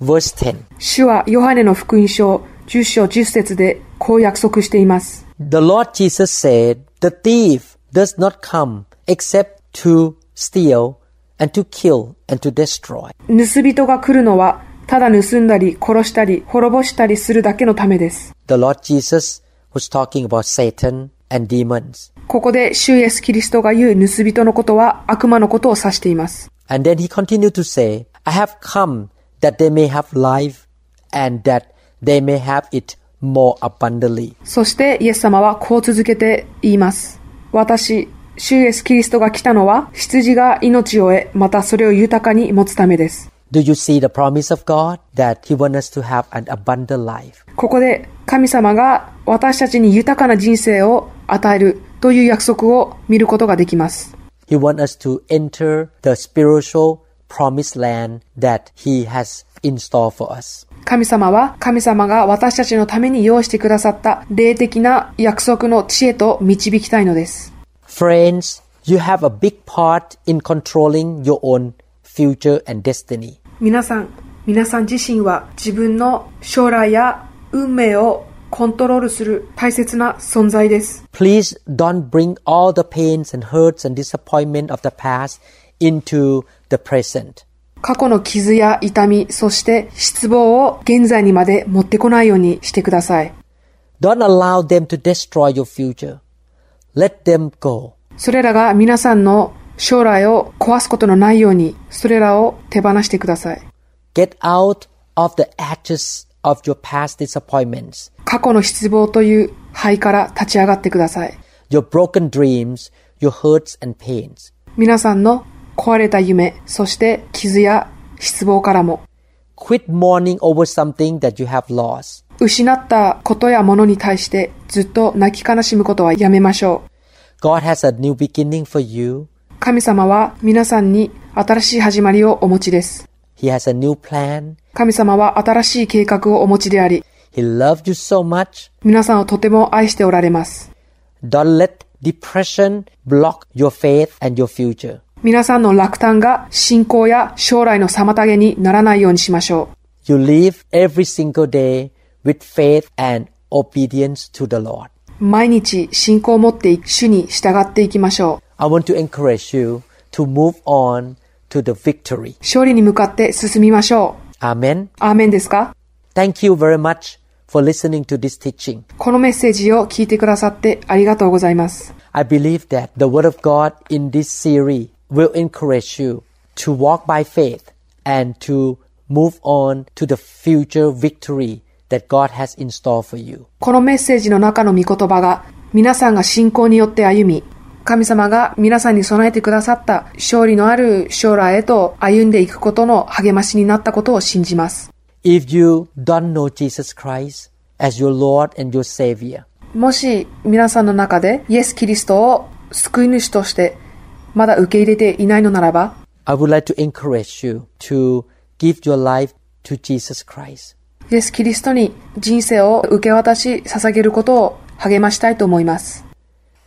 S2: verse 10.
S3: 主はヨハネの福音書10章10節でこう約束しています。
S2: The Lord Jesus said, The thief does not come except to steal and to kill and to destroy.
S3: 盗人が来るのはただ盗んだり殺したり滅ぼしたりするだけのためです。
S2: The Lord Jesus was talking about Satan and demons.
S3: ここで主イエスキリストが言う盗人のことは悪魔のことを指しています。
S2: And then he continued to say, I have come that they may have life and that they may have it more abundantly.
S3: そしてイエス様はこう続けて言います。私、主イエスキリストが来たのは羊が命を得、またそれを豊かに持つためです。
S2: Do you see the promise of God that he wants us to have an abundant life?
S3: ここで神様が私たちに豊かな人生を与えるという約束を見ることができます。
S2: He wants us to enter the spiritual promised land that He has in store for us.
S3: 神様は神様が私たちのために用意してくださった霊的な約束の知恵と導きたいのです。
S2: Friends, you have a big part in controlling your own future and destiny.
S3: 皆さん、皆さん自身は自分の将来や運命をコントロールする大切な存在です。
S2: Please don't bring all the pains and hurts and disappointment of the past into the present.
S3: 過去の傷や痛み、そして失望を現在にまで持ってこないようにしてください。
S2: Don't allow them to destroy your future. Let them go.
S3: それらが皆さんの将来を壊すことのないように、それらを手放してください。
S2: Get out of the ashes of your past disappointments.
S3: 過去の失望という灰から立ち上がってください。
S2: your broken dreams, your hurts and pains.
S3: 皆さんの壊れた夢、そして傷や失望からも、
S2: Quit mourning over something that you have lost.
S3: 失ったことやものに対してずっと泣き悲しむことはやめましょ
S2: God has a new beginning for you.
S3: う。神様は皆さんに新しい始まりをお持ちです。
S2: He has a new plan.
S3: 神様は新しい計画をお持ちであり、
S2: He loved you so much.
S3: 皆さんをとても愛しておられます。
S2: Don't let depression block your faith and your future.
S3: 皆さんの落胆が信仰や将来の妨げにならないようにしましょ
S2: You live every single day with faith and obedience to the Lord.
S3: う。毎日信仰を持って主に従っていきましょ
S2: I want to encourage you to move on to the victory.
S3: う。勝利に向かって進みましょ
S2: Amen.
S3: う。アーメンですか
S2: Thank you very much for listening to this teaching.
S3: このメッセージを聞いてくださってありがとうございます。
S2: I believe that the Word of God in this series will encourage you to walk by faith and to move on to the future victory that God has in store for you.
S3: このメッセージの中の御言葉が皆さんが信仰によって歩み、神様が皆さんに備えてくださった勝利のある将来へと歩んでいくことの励ましになったことを信じます。
S2: If you don't know Jesus Christ as your Lord and your Savior,
S3: もし皆さんの中でイエス・キリストを救い主としてまだ受け入れていないのならば、
S2: I would like to encourage you to give your life to Jesus Christ.
S3: イエス・キリストに人生を受け渡し捧げることを励ましたいと思います。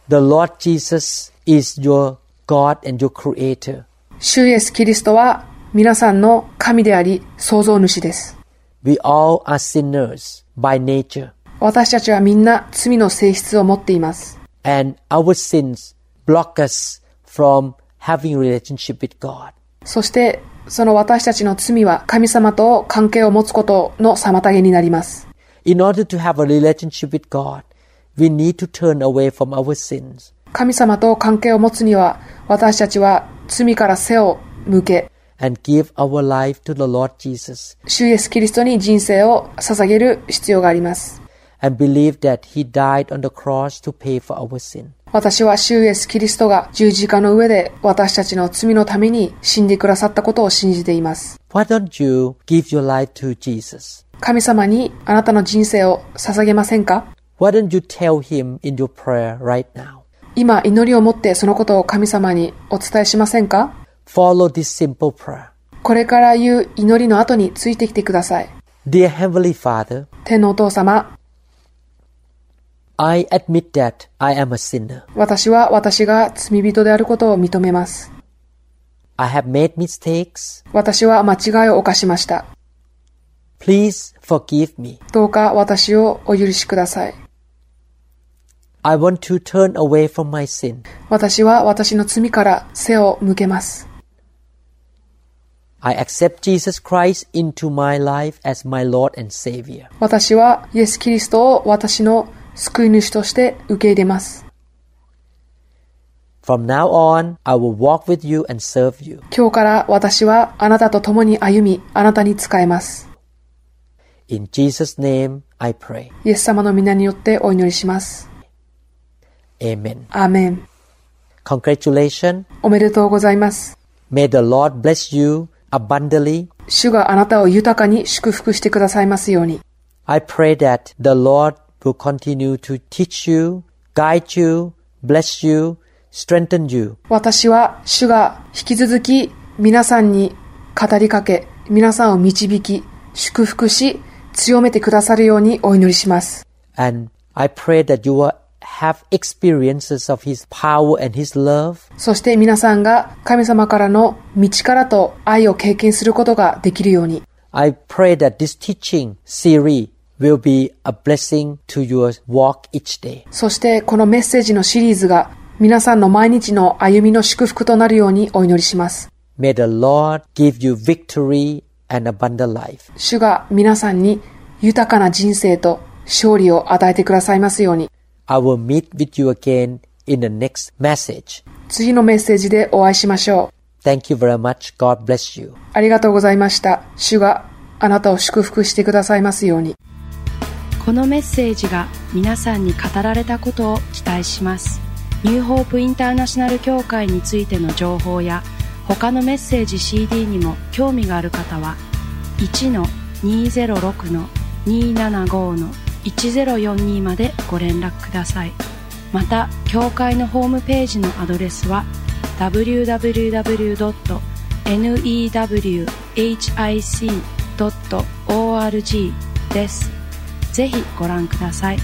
S2: The Lord Jesus is your God and your Creator.
S3: 主イエス・キリストは皆さんの神であり創造主です。
S2: We all are sinners by nature.
S3: 私たちはみんな罪の性質を持っています。
S2: and our sins block us from having relationship with God.
S3: そしてその私たちの罪は神様と関係を持つことの妨げになります。
S2: In order to have a relationship with God, we need to turn away from our sins.
S3: 神様と関係を持つには、私たちは罪から背を向け、
S2: and give our life to the Lord Jesus
S3: 主イエスキリストに人生を捧げる必要があります。
S2: and believe that He died on the cross to pay for our sin.
S3: 私は主イエスキリストが十字架の上で私たちの罪のために死んでくださったことを信じています。
S2: Why don't you give your life to Jesus?
S3: 神様にあなたの人生を捧げませんか
S2: Why don't you tell Him in your prayer right now?
S3: 今祈りを持ってそのことを神様にお伝えしませんか
S2: Follow this simple prayer.
S3: これから言う祈りの後についてきてください。
S2: Dear Heavenly Father,
S3: 天のお父様、
S2: I admit that I am a sinner.
S3: 私は私が罪人であることを認めます。
S2: I have made mistakes.
S3: 私は間違いを犯しました。
S2: Please forgive me.
S3: どうか私をお許しください。
S2: I want to turn away from my sin.
S3: 私は私の罪から背を向けます。
S2: I accept Jesus Christ into my life as my Lord and Savior.
S3: 私はイエス・キリストを私の救い主として受け入れます。
S2: From now on, I will walk with you and serve you.
S3: 今日から私はあなたと共に歩み、あなたに仕えます。
S2: In Jesus' name I pray.
S3: イエス様の皆によってお祈りします。
S2: Amen.
S3: アーメン。
S2: Congratulations.
S3: おめでとうございます。
S2: May the Lord bless you abundantly.
S3: 主があなたを豊かに祝福してくださいますように。
S2: I pray that the Lord will continue to teach you, guide you, bless you, strengthen you.
S3: 私は主が引き続き皆さんに語りかけ、皆さんを導き、祝福し、強めてくださるようにお祈りします。
S2: And I pray that you will have experiences of His power and His love.
S3: そして皆さんが神様からの道からと愛を経験することができるように。
S2: I pray that this teaching series will be a blessing to your walk each day.
S3: そしてこのメッセージのシリーズが皆さんの毎日の歩みの祝福となるようにお祈りします。
S2: May the Lord give you victory and abundant life.
S3: 主が皆さんに豊かな人生と勝利を与えてくださいますように。
S2: I will meet with you again in the next message.
S3: 次のメッセージでお会いしましょう。
S2: Thank you very much. God bless you.
S3: ありがとうございました。主があなたを祝福してくださいますように。
S1: このメッセージが皆さんに語られたことを期待しますニューホープインターナショナル協会についての情報や他のメッセージ CD にも興味がある方は1-206-275-1042までご連絡くださいまた協会のホームページのアドレスは www.newhic.org ですぜひご覧ください